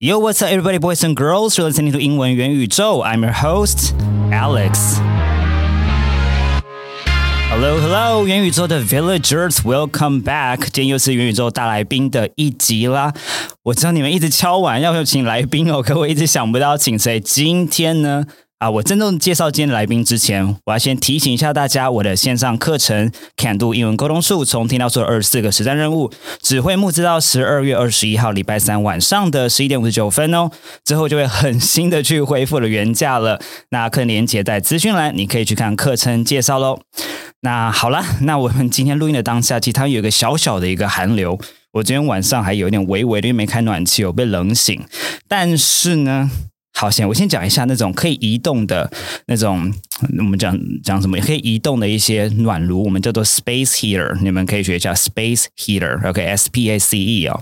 Yo, what's up, everybody, boys and girls? You're listening to 英文元宇宙。I'm your host, Alex. Hello, Hello，元宇宙的 Villagers，Welcome back！今天又是元宇宙大来宾的一集啦。我知道你们一直敲碗要不要请来宾哦，可我一直想不到请谁。今天呢？啊，我郑重介绍今天来宾之前，我要先提醒一下大家，我的线上课程《Can Do 英文沟通术》，从听到说二十四个实战任务，只会募资到十二月二十一号礼拜三晚上的十一点五十九分哦，之后就会很新的去恢复了原价了。那课程连接在资讯栏，你可以去看课程介绍喽。那好啦，那我们今天录音的当下，其实它有一个小小的一个寒流。我昨天晚上还有一点微微的，因为没开暖气，我被冷醒。但是呢，好，先我先讲一下那种可以移动的那种，我们讲讲什么，可以移动的一些暖炉，我们叫做 space heater，你们可以学一下 space heater，OK，S、P A C E 哦。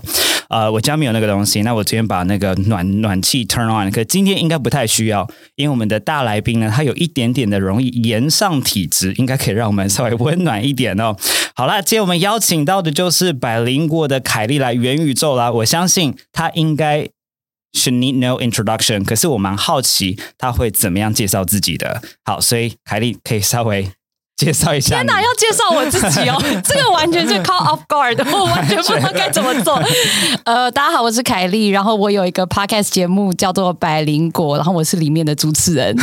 呃，我家没有那个东西，那我昨天把那个暖暖气 turn on，可今天应该不太需要，因为我们的大来宾呢，他有一点点的容易炎上体质，应该可以让我们稍微温暖一点哦。好啦，今天我们邀请到的就是百灵果的凯莉来元宇宙啦，我相信他应该 should need no introduction。可是我蛮好奇他会怎么样介绍自己的。好，所以凯莉可以稍微 介绍一下你。天哪，要介绍我自己 哦，这个完全是 call off guard，我 完全不知道该怎么做。呃，大家好，我是凯莉，然后我有一个 podcast 节目叫做《百灵果》，然后我是里面的主持 人，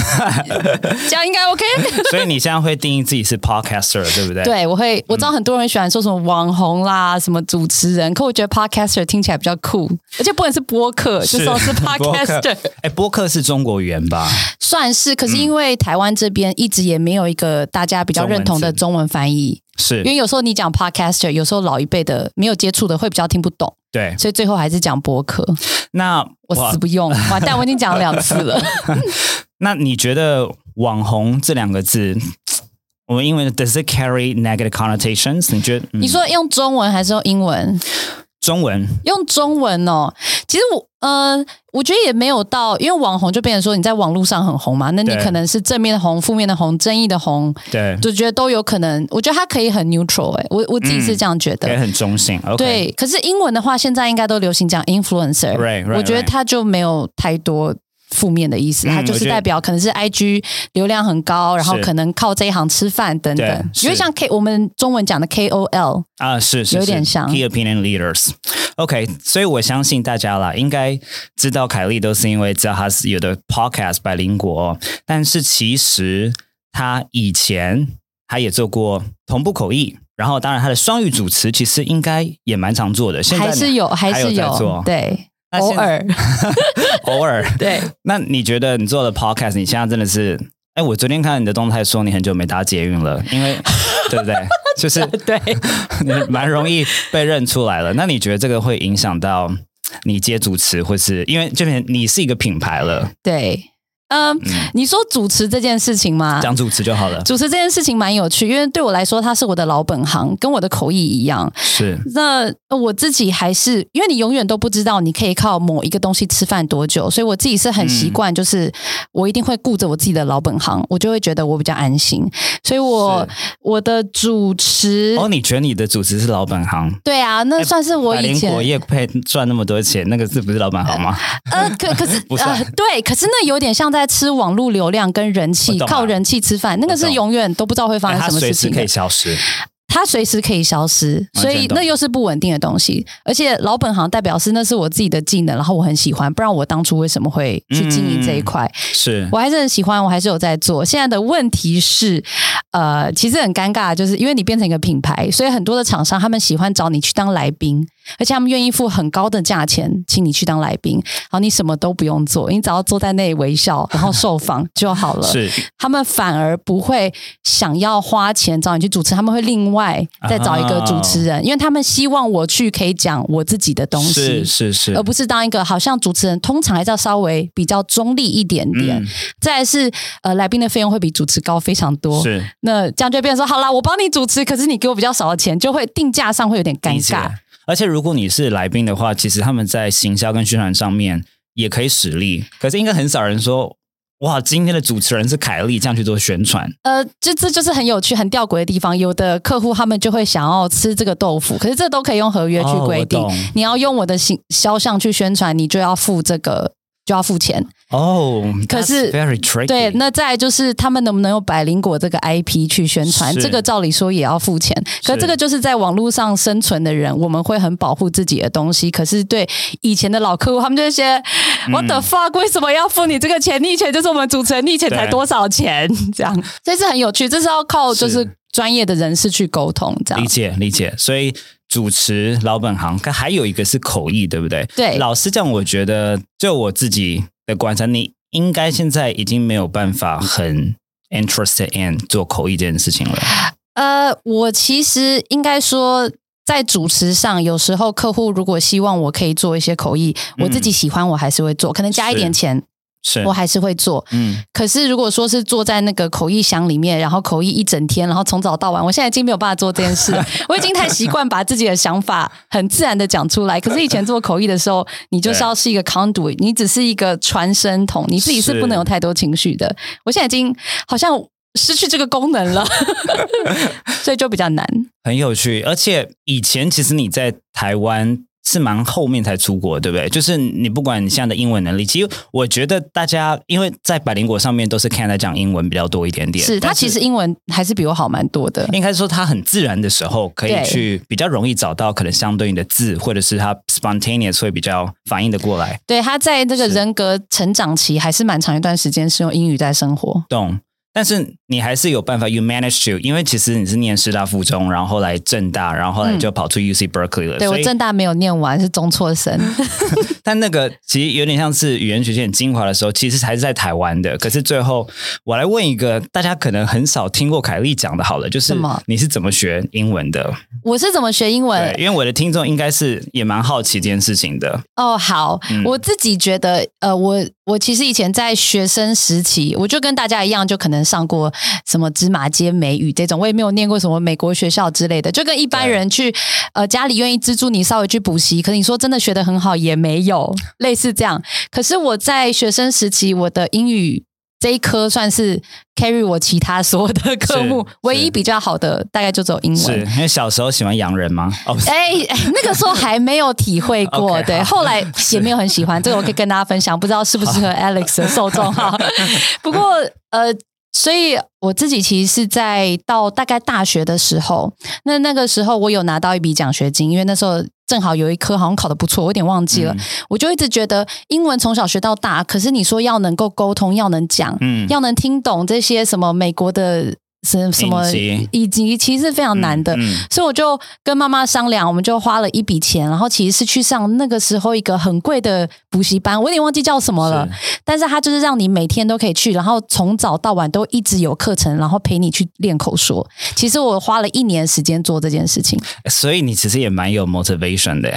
这样应该 OK。所以你现在会定义自己是 podcaster，对不对？。对，我会我知道很多人喜欢说什么网红啦，什么主持人，可我觉得 podcaster 听起来比较酷，而且不能是播客，就是是要是播客 podcaster。 哎，播客是中国语言吧？算是，可是因为台湾这边一直也没有一个大家比较认同的嗯中文翻译，是因为有时候你讲 podcaster，有时候老一辈的没有接触的会比较听不懂，对。所以最后还是讲博客。那我哇嗯死不 用，完蛋，我已经讲了两次了。那你觉得“网红”这两个字，我们英文的 does it carry negative connotations？你觉得、嗯你说用中文还是用英文？中文用中文哦。其实我，呃，我觉得也没有到，因为网红就变成说你在网络上很红嘛，那你对可能是正面的红、负面的红、争议的红，对，就觉得都有可能。我觉得它可以很 neutral，哎、我我自嗯己是这样觉得。也很中性。OK，对，可是英文的话，现在应该都流行讲 influencer，、 Right, right, 我觉得它就没有太多负面的意嗯思，它就我觉是得代表可能是 IG 流量很高，然后可能靠这一行吃饭等对等，是因为像 K 我们中文讲的 KOL，啊，是是有点是像 key opinion leaders。OK，所以我相信大家啦，应该知道凯莉都是因为知道她是有的 podcast 百灵果哦、但是其实她以前她也做过同步口译，然后当然她的双语主持其实应该也蛮常做的，现在还是有，还还有是在做对，那偶现在尔， 偶尔。对，那你觉得你做的 podcast，你现在真的是？哎，我昨天看你的动态说你很久没搭捷运了，因 为对不对？就是对，你 蛮容易被认出来了。那你觉得这个会影响到你接主持，或是因为这边你是一个品牌了， 对，嗯，你说主持这件事情吗？讲主持就好了。主持这件事情蛮有趣，因为对我来说，它是我的老本行，跟我的口译一样。是那呃我自己还是，因为你永远都不知道你可以靠某一个东西吃饭多久，所以我自己是很嗯习惯，就是我一定会顾着我自己的老本行，我就会觉得我比较安心。所以我我的主持，哦，哎你觉得你的主持是老本行？对啊，那算是我百以灵前果业配赚那么多钱，那个是不是老本行吗？呃，可可是 不啊算呃，对，可是那有点像在吃网络流量跟人我气，懂啊靠人气吃饭，那个我懂是永远都不知道会发哎生它什么随事时情可的以。消失。它随时可以消失，完全所以懂那又是不稳定的东西。而且老本行代表是那是我自己的技能，然后我很喜欢，不然我当初为什么会去经营这一块？嗯是我还是很喜欢，我还是有在做。现在的问题是，呃，其实很尴尬，就是因为你变成一个品牌，所以很多的厂商他们喜欢找你去当来宾，而且他们愿意付很高的价钱请你去当来宾，然后你什么都不用做，你只要坐在那里微笑，然后受访就好了。是他们反而不会想要花钱找你去主持，他们会另外再找一个主持啊人，因为他们希望我去可以讲我自己的东西呃是。是是而，不是当一个好像主持人，通常还是要稍微比较中立一点嗯点。再来是呃，来宾的费用会比主持高非常多。是那这样就变成说，好啦，我帮你主持，可是你给我比较少的钱，就会定价上会有点尴理解尬。。而且如果你是来宾的话，其实他们在行销跟宣传上面也可以使力，可是应该很少人说哇，今天的主持人是凯莉，这样去做宣传，呃，这这就是很有趣、很吊诡的地方。有的客户他们就会想要吃这个豆腐，可是这都可以用合约去哦规我定。懂你要用我的形肖像去宣传，你就要付这个，就要付钱。哦，可 that's 是 very tricky，对，那再来就是他们能不能用百灵果这个 IP 去宣传？是这个照理说也要付钱，可是这个就是在网络上生存的人，我们会很保护自己的东西。可是对以前的老客户，他们就些、嗯我的 fuck，为什么要付你这个钱？你以前就是我们主持人，你以前才对多少钱？这样，这是很有趣，这是要靠就是是专业的人士去沟通，这样理解理解，所以主持老本行，可还有一个是口译，对不对？对老师这样，我觉得就我自己的观察，你应该现在已经没有办法很 interested in 做口译这件事情了。呃，我其实应该说。在主持上，有时候客户如果希望我可以做一些口译，我自己喜欢我还是会做，可能加一是点钱，是我，还是会做。嗯，可是如果说是坐在那个口译箱里面，然后口译一整天，然后从早到晚，我现在已经没有办法做这件事 了，我已经太习惯把自己的想法很自然的讲出来。可是以前做口译的时候，你就是要是一个 conduit，你只是一个传声筒，你自己是是不能有太多情绪的。我现在已经好像失去这个功能 了，所以就比较难。很有趣。而且以前其实你在台湾。是蛮后面才出国，对不对？就是你不管你现在的英文能力，其实我觉得大家因为在百灵果上面都是看他讲英文比较多一点点，是他但其实英文还是比我好蛮多的。应该说他很自然的时候，可以对去比较容易找到可能相对应的字，或者是他 spontaneous 会比较反应的过来。对，他在这个是人格成长期还是蛮长一段时间是用英语在生活。懂。但是你还是有办法，you manage to，因为其实你是念师大附中，然后后来正大，然后后来就跑出 UC Berkeley 了。嗯对我所以正大没有念完，是中辍生。但那个其实有点像是语言学院精华的时候，其实还是在台湾的。可是最后，我来问一个大家可能很少听过凯莉讲的，好了，就是什么你是怎么学英文的？我是怎么学英对，文？因为我的听众应该是也蛮好奇这件事情的。哦，好，嗯我自己觉得，呃，我我其实以前在学生时期，我就跟大家一样，就可能上过什么芝麻街美语这种，我也没有念过什么美国学校之类的，就跟一般对人去，呃，家里愿意资助你稍微去补习，可你说真的学得很好也没有，类似这样。可是我在学生时期，我的英语。这一科算是 carry 我其他所有的科目是，唯一是比较好的大概就只有英文。是因为小时候喜欢洋人吗？哦，不是哎、哎那个时候还没有体会过 OK，对，好后来也没有很喜欢，这个我可以跟大家分享，不知道适不适合 Alex 的 受众哈。不过呃，所以我自己其实是在到大概大学的时候，那那个时候我有拿到一笔奖学金，因为那时候正好有一科好像考得不错，我有点忘记嗯了，我就一直觉得英文从小学到大，可是你说要能够沟通，要能讲，嗯要能听懂这些什么美国的。什什么影集以及其实是非常难的，嗯嗯所以我就跟妈妈商量，我们就花了一笔钱，然后其实是去上那个时候一个很贵的补习班，我有点忘记叫什么了，但是它就是让你每天都可以去，然后从早到晚都一直有课程，然后陪你去练口说。其实我花了一年时间做这件事情，所以你其实也蛮有 motivation 的，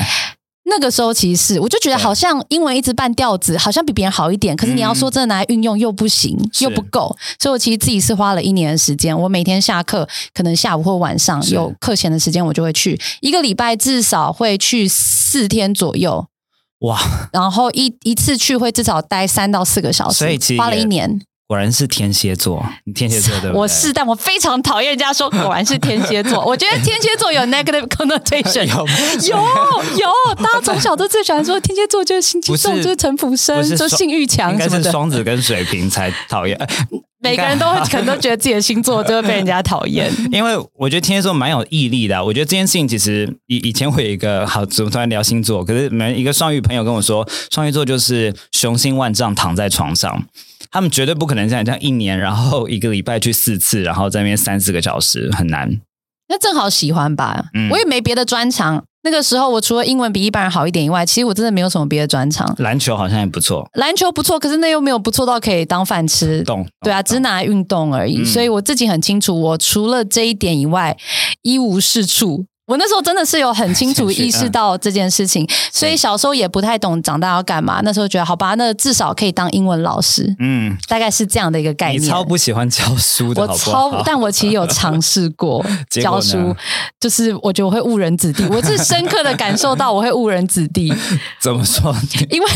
那个时候其实是我就觉得对好像英文一直半吊子，好像比别人好一点，可是你要说真的拿来运用又不行，嗯是又不够，所以我其实自己是花了一年的时间。我每天下课，可能下午或晚上是有课前的时间，我就会去，一个礼拜至少会去四天左右，哇！然后一一次去会至少待三到四个小时，所以其实花了也一年。果然是天蝎座，你天蝎座对不对？我是，但我非常讨厌人家说果然是天蝎座，我觉得天蝎座有 negative connotation。 有 有有，大家从小都最喜欢说天蝎座就是心机不是重，就是城府深，不是就双性欲强应该什么是的。双子跟水瓶才讨厌，每个人都会可能都觉得自己的星座就会被人家讨厌。因为我觉得天蝎座蛮有毅力的啊、我觉得这件事情其实以以前我有一个好，怎么突然聊星座？可是每一个双鱼朋友跟我说，双鱼座就是雄心万丈躺在床上，他们绝对不可能像你这样一年，然后一个礼拜去四次，然后在那边三四个小时，很难。 那正好喜欢吧，嗯我也没别的专长。那个时候我除了英文比一般人好一点以外，其实我真的没有什么别的专长。篮球好像也不错，篮球不错，可是那又没有不错到可以当饭吃。懂？对啊，哦懂只是拿来运动而已。嗯所以我自己很清楚，我除了这一点以外，一无是处。我那时候真的是有很清楚 谦虚意识到这件事嗯情，所以小时候也不太懂长大要干嘛。那时候觉得好吧，那至少可以当英文老师，嗯，大概是这样的一个概你念。超不喜欢教书的我好不好？超，但我其实有尝试过 结果教呢书，就是我觉得我会误人子弟，我是深刻的感受到我会误人子弟。怎么说？ 因为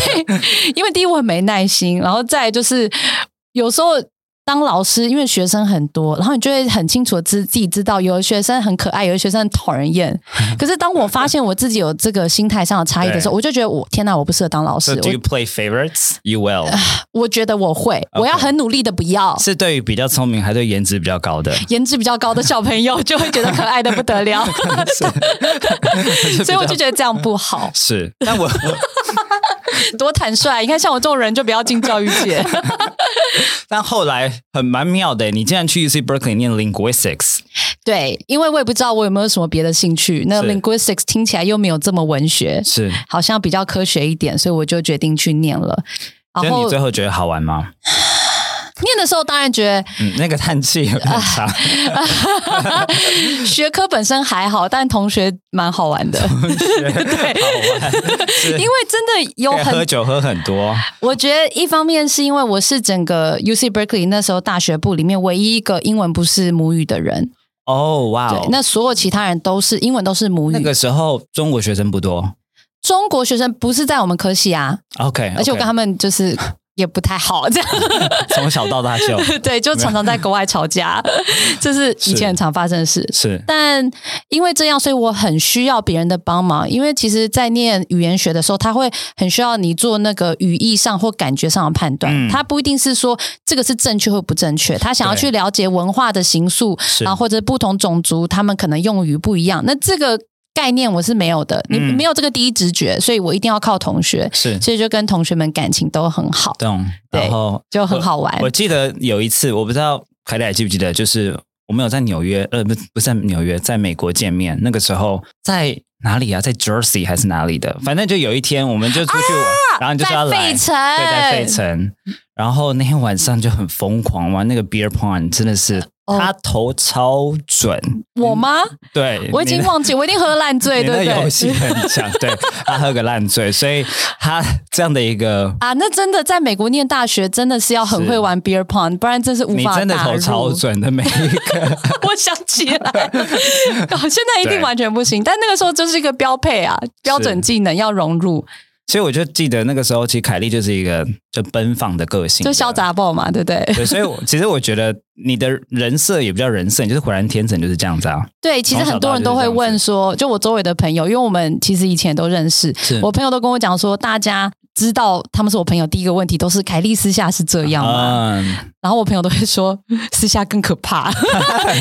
因为第一我很没耐心，然后再来就是有时候当老师，因为学生很多，然后你就会很清楚地知自己知道，有的学生很可爱，有的学生很讨人厌。可是当我发现我自己有这个心态上的差异的时候，我就觉得我天哪，我不适合当老师 So do 我呃 you play favorites? You will 我觉得我会， OK 我要很努力的不 要。是对于比较聪明还对颜值比较高的，颜值比较高的小朋友就会觉得可爱的不得了， 所以我就觉得这样不好。 是。但 我多坦率，你看像我这种人就不要进教育界。但后来很蛮妙的，你竟然去 UC Berkeley 念 linguistics，对，因为我也不知道我有没有什么别的兴趣。那是 linguistics 听起来又没有这么文学，是。好像比较科学一点，所以我就决定去念了。然就后你最后觉得好玩吗？念的时候，当然觉 嗯，那个叹气有点长， 得学科本身还好，但同学蛮好玩的，好玩，因为真的有可以喝很，酒喝很多，我觉得一方面是因为我是整个 UC Berkeley 那时候大学部里面唯一一个英文不是母语的人，哦哇对哦，那所有其他人都是英文都是母那语。个时候中国学生不多中国学生不是在我们科系啊， ，OK，而且我跟他们就是也不太好，这样 从小到大就 对，就常常在国外吵架， 这是以前很常发生的事。是但因为这样，所以我很需要别人的帮忙。因为其实，在念语言学的时候，他会很需要你做那个语义上或感觉上的判断。嗯他不一定是说这个是正确或不正确，他想要对去了解文化的形塑，是 然后或者不同种族他们可能用语不一样。那这个概念我是没有的，你嗯没有这个第一直觉，所以我一定要靠同学，是所以就跟同学们感情都很好，懂，对然后就很好玩。我记得有一次，我不知道凯莉还记不记得，就是我们有在纽约，呃，不是不是在纽约，在美国见面。那个时候在哪里啊？在 Jersey 还是哪里的？反正就有一天，我们就出去玩，然后你就说要啊来，在费对，城，在费城。然后那天晚上就很疯狂玩那个 beer pong，真的是哦他投超准。我吗？对，我已经你的忘记，我一定喝烂醉，你对不的游对？戏很 强，对他喝个烂醉，所以他这样的一个。啊，那真的在美国念大学，真的是要很是会玩 beer pong，不然真是无你法真的打投入。超准的每一个， 我想起来，现在一对定完全不行，但那个时候就是一个标配啊，标准技能要融入，所以我就记得那个时候，其实凯莉就是一个就奔放的个性，就潇。洒爆嘛，对不对？对，所以我其实我觉得你的人设也不叫人设，你就是浑然天成，就是这样子啊。对，其实从小很多到人大都就是这会样问子说，就我周围的朋友，因为我们其实以前都认识，是我朋友都跟我讲说，大家知道他们是我朋友，第一个问题都是凯莉私下是这样吗？嗯，然后我朋友都会说，私下更 可怕。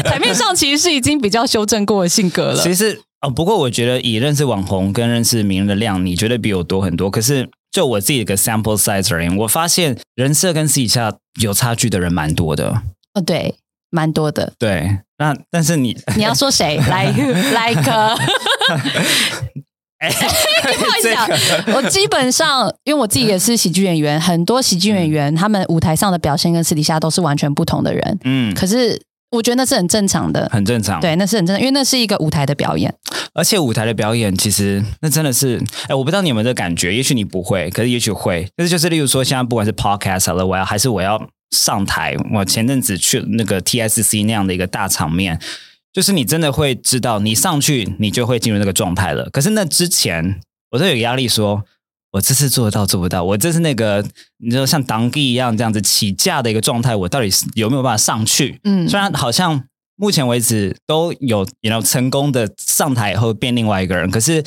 台面上其实是已经比较修正过的性格了。其实哦，不过我觉得以认识网红跟认识名人的量，你觉得比我多很多。可是就我自己的 sample size 而言，我发现人设跟私底下有差距的人蛮多的。哦，对，蛮多的。对，那但是你 你要说谁？来来个，哎，一 下这个我基本上因为我自己也是喜剧演员，很多喜剧演员他们舞台上的表现跟私底下都是完全不同的人。嗯，可是我觉得那是很正常的，很正常。对，那是很正常，因为那是一个舞台的表演。而且舞台的表演，其实那真的是，哎，我不知道你有没有这感觉，也许你不会，可是也许会。但是就是，例如说，现在不管是 podcast 好了，我要还是我要上台，我前阵子去那个 TSC 那样的一个大场面，就是你真的会知道，你上去你就会进入那个状态了。可是那之前，我都有压力说，我这次做得到做不到，我这是那个你知道像当地一样这样子起价的一个状态，我到底是有没有办法上去？嗯虽然好像目前为止都有你 you know, 成功的上台以后变另外一个人，可是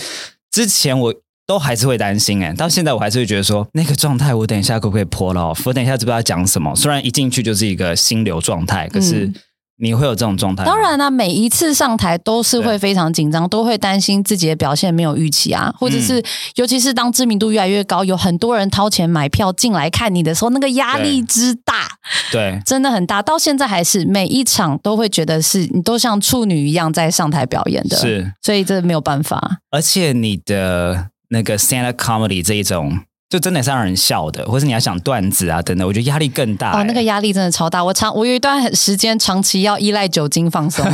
之前我都还是会担心哎、到现在我还是会觉得说那个状态，我等一下可不可以 pull off？我等一下知不知道讲什么？虽然一进去就是一个心流状态，可是嗯你会有这种状态吗？当然啦、啊每一次上台都是会对非常紧张，都会担心自己的表现没有预期啊，或者是、尤其是当知名度越来越高，有很多人掏钱买票进来看你的时候，那个压力之大，对，真的很大。到现在还是每一场都会觉得是你都像处女一样在上台表演的，，是，所以这没有办法。而且你的那个 stand up comedy 这一种。就真的是让人笑的，或是你要想段子啊等等，我觉得压力更大、哦，那个欸压力真的超大。我长我有一段时间长期要依赖酒 精放松，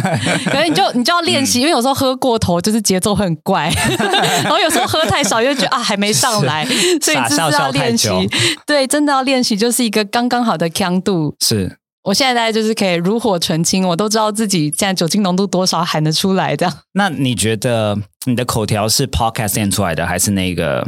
可能你就你就要练嗯习，因为有时候喝过头就是节奏会很怪， 然后有时候喝太少又觉得啊还没上来，所以傻这是笑要笑太练习久。对，真的要练习，就是一个刚刚好的强度。是我现在大概就是可以如火纯青，我都知道自己现在酒精浓度多少喊得出来这样。那你觉得你的口条是 podcast 练出来的，还是那个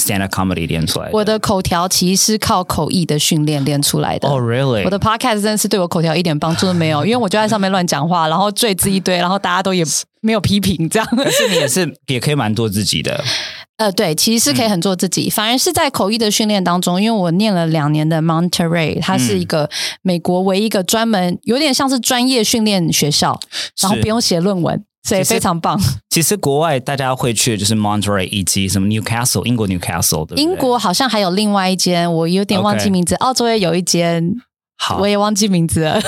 stand up comedy 练出来的？我的口条其实是靠口译的训练练出来的。哦、r e a l l y 我的 podcast 真的是对我口条一点帮助都没 有，因为我就在上面乱讲话，然后赘字一堆，然后大家都也没有批评，这样。是你也是也可以蛮做自己的， 呃，对，其实是可以很做自己，反而是在口译的训练当中，因为我念了两年的 Monterey，它是一个美国唯一一个专门有点像是专业训练学校，然后是不用写论文，所以其实非常棒。其实国外大家会去的就是 Monterey 以及什么 Newcastle 英国 Newcastle 对不对英国好像还有另外一间，我有点忘记 OK 名字澳洲也有一间，好我，也忘记名字了。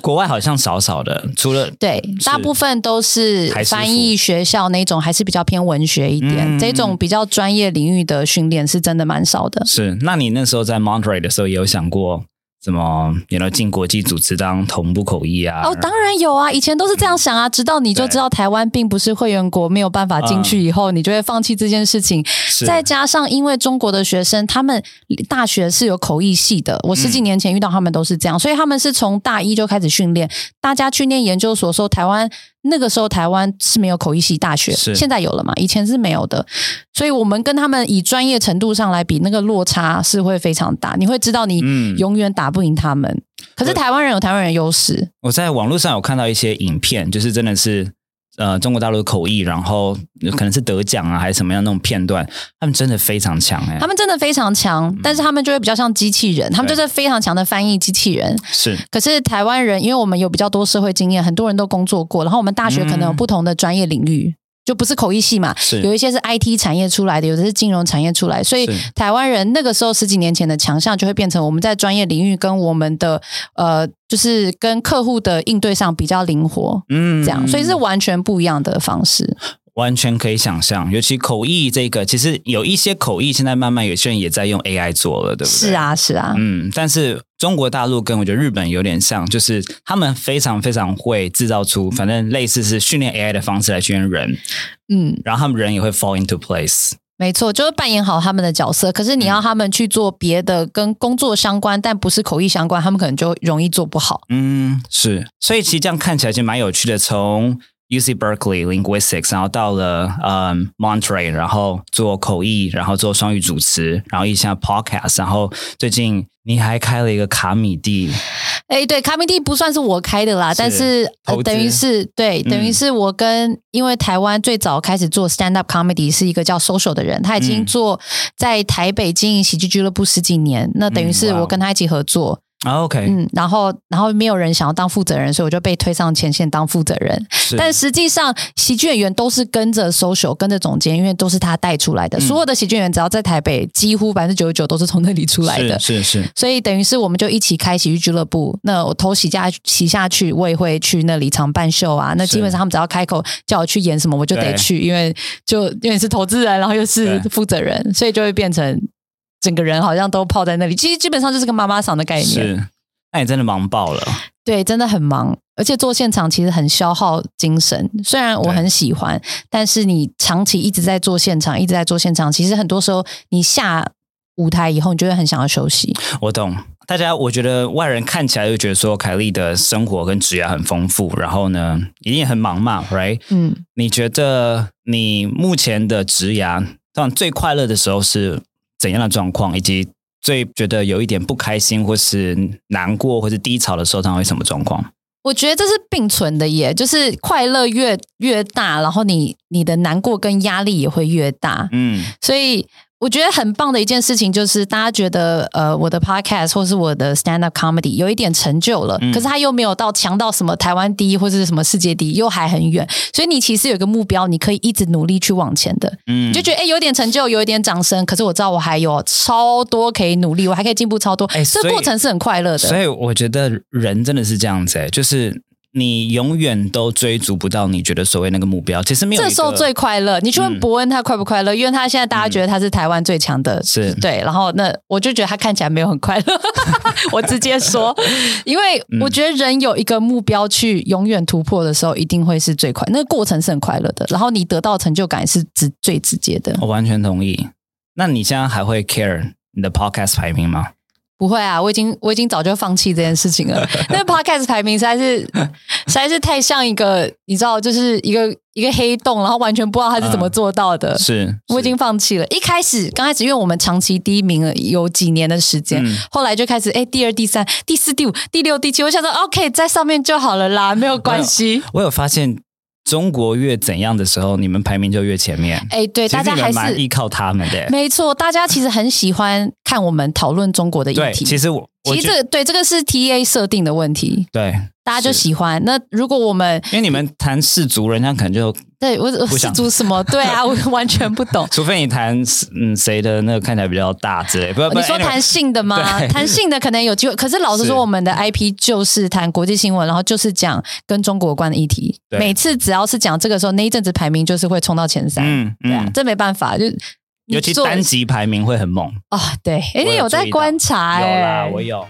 国外好像少少的，除了对，大部分都是还是翻译学校那种，还是比较偏文学一点。嗯这种比较专业领域的训练是真的蛮少的。是，那你那时候在 Monterey 的时候也有想过怎么，你要进国际组织当同步口译啊？哦，当然有啊，以前都是这样想啊，直到你就对嗯知道台湾并不是会员国，没有办法进去以后，你就会放弃这件事情。是再加上，因为中国的学生他们大学是有口译系的，我十几年前遇到他们都是这样，所以他们是从大一就开始训练。大家去念研究所的时候，台湾那个时候台湾是没有口译系大学，是现在有了嘛？以前是没有的，所以我们跟他们以专业程度上来比，那个落差是会非常大。你会知道你嗯永远打不赢他们，可是台湾人有台湾人优势，我在网络上有看到一些影片，就是真的是呃中国大陆的口译，然后可能是得奖啊还是什么样那种片段，他们真的非常强哎、他们真的非常强，但是他们就会比较像机器人，他们就是非常强的翻译机器人。是可是台湾人，因为我们有比较多社会经验，很多人都工作过，然后我们大学可能嗯有不同的专业领域，就不是口译系嘛，有是一些是 IT 产业出来的，有的是金融产业出来，所以是台湾人那个时候十几年前的强项就会变成我们在专业领域跟我们的呃，就是跟客户的应对上比较灵活。嗯这样，所以是完全不一样的方式。完全可以想象，尤其口译这个，其实有一些口译现在慢慢有些人也在用 AI 做了，对不对？是啊，是啊，嗯，但是中国大陆跟我觉得日本有点像，就是他们非常非常会制造出，反正类似是训练 AI 的方式来训练人，嗯，然后他们人也会 fall into place。没错，就是扮演好他们的角色。可是你要嗯他们去做别的跟工作相关，但不是口译相关，他们可能就容易做不好。嗯，是，所以其实这样看起来就蛮有趣的。从 UC Berkeley Linguistics，然后到了嗯 Monterey，然后做口译，然后做双语主持，然后一下 podcast，然后最近你还开了一个卡米蒂，哎，对，卡米蒂不算是我开的啦，是但是、投呃、资等于是对，嗯等于是我跟、因为台湾最早开始做 stand up comedy 是一个叫 social 的人，他已经嗯做在台北经营喜剧俱乐部十几年，那等于是嗯哇哦我跟他一起合作，啊 OK，、嗯，然后然后没有人想要当负责人，所以我就被推上前线当负责人。是但实际上，喜剧演员都是跟着 social 跟着总监，因为都是他带嗯出来的。所有的喜剧演员只要在台北，几乎百分之九十九都是从那里出来的。是是是所以等于是我们就一起开喜剧俱乐部。那我投喜下喜下去，我也会去那里常办秀啊。那基本上他们只要开口叫我去演什么，我就得对去，因为就因为是投资人，然后又是对负责人，所以就会变成整个人好像都泡在那里。其实基本上就是个妈妈嗓的概念。是，那你真的忙爆了。对，真的很忙，而且做现场其实很消耗精神。虽然我对很喜欢，但是你长期一直在做现场，一直在做现场，其实很多时候你下舞台以后，你就会很想要休息。我懂。大家，我觉得外人看起来就觉得说凯莉的生活跟职业很丰富，然后呢，一定很忙嘛，right？嗯，你觉得你目前的职涯，让最快乐的时候是怎样的状况，以及最觉得有一点不开心或是难过或是低潮的时候，它会什么状况？我觉得这是并存的耶，就是快乐越越大，然后你你的难过跟压力也会越大。嗯，所以我觉得很棒的一件事情就是，大家觉得呃，我的 podcast 或是我的 stand up comedy 有一点成就了，嗯可是它又没有到强到什么台湾第一或者是什么世界第一，又还很远。所以你其实有一个目标，你可以一直努力去往前的。嗯你就觉得哎、诶有点成就，有一点掌声，可是我知道我还有超多可以努力，我还可以进步超多。诶这哎所以过程是很快乐所的。以我觉得人真的是这样子、欸，就是你永远都追逐不到你觉得所谓那个目标，其实没有一这个时候最快乐，你去问嗯伯恩他快不快乐，因为他现在大家觉得他是台湾最强的是对，然后那我就觉得他看起来没有很快乐，我直接说，因为我觉得人有一个目标去永远突破的时候，一定会是最快，那个过程是很快乐的，然后你得到成就感是直最哦直接的。我完全同意。那你现在还会 care 你的 podcast 排名吗？不会啊，我已经我已经早就放弃这件事情了。那 podcast 排名实在是实在是太像一个，你知道，就是一个一个黑洞，然后完全不知道他是怎么做到的。是呃我已经放弃了。一开始刚开始，因为我们长期低迷了有几年的时间，嗯后来就开始哎，第二、第三、第四、第五、第六、第七，我想说 OK，在上面就好了啦，没有关系。我有发现，中国越怎样的时候，你们排名就越前面。哎，对，其大实家你还们蛮是依靠他们的。没错，大家其实很喜欢看我们讨论中国的议对，题。其实我我其觉实这个对这个是 T A 设定的问题，对，大家就是喜欢。那如果我们因为你们谈氏族，人家可能就，对我我不是想。读什么？对啊，我完全不懂除非你谈嗯谁的那个看起来比较大之类，不呃不，哦你说 anyway，谈性的吗？ 对谈性的可能有机会，可是老实是说，我们的 IP 就是谈国际新闻，然后就是讲跟中国有关的议题。对每次只要是讲这个时候，那一阵子排名就是会冲到前三。嗯对啊嗯，，这没办法，就你尤其做单集排名会很猛。哦，对，哎，我你有有在注意到观察有哎、啦，我有。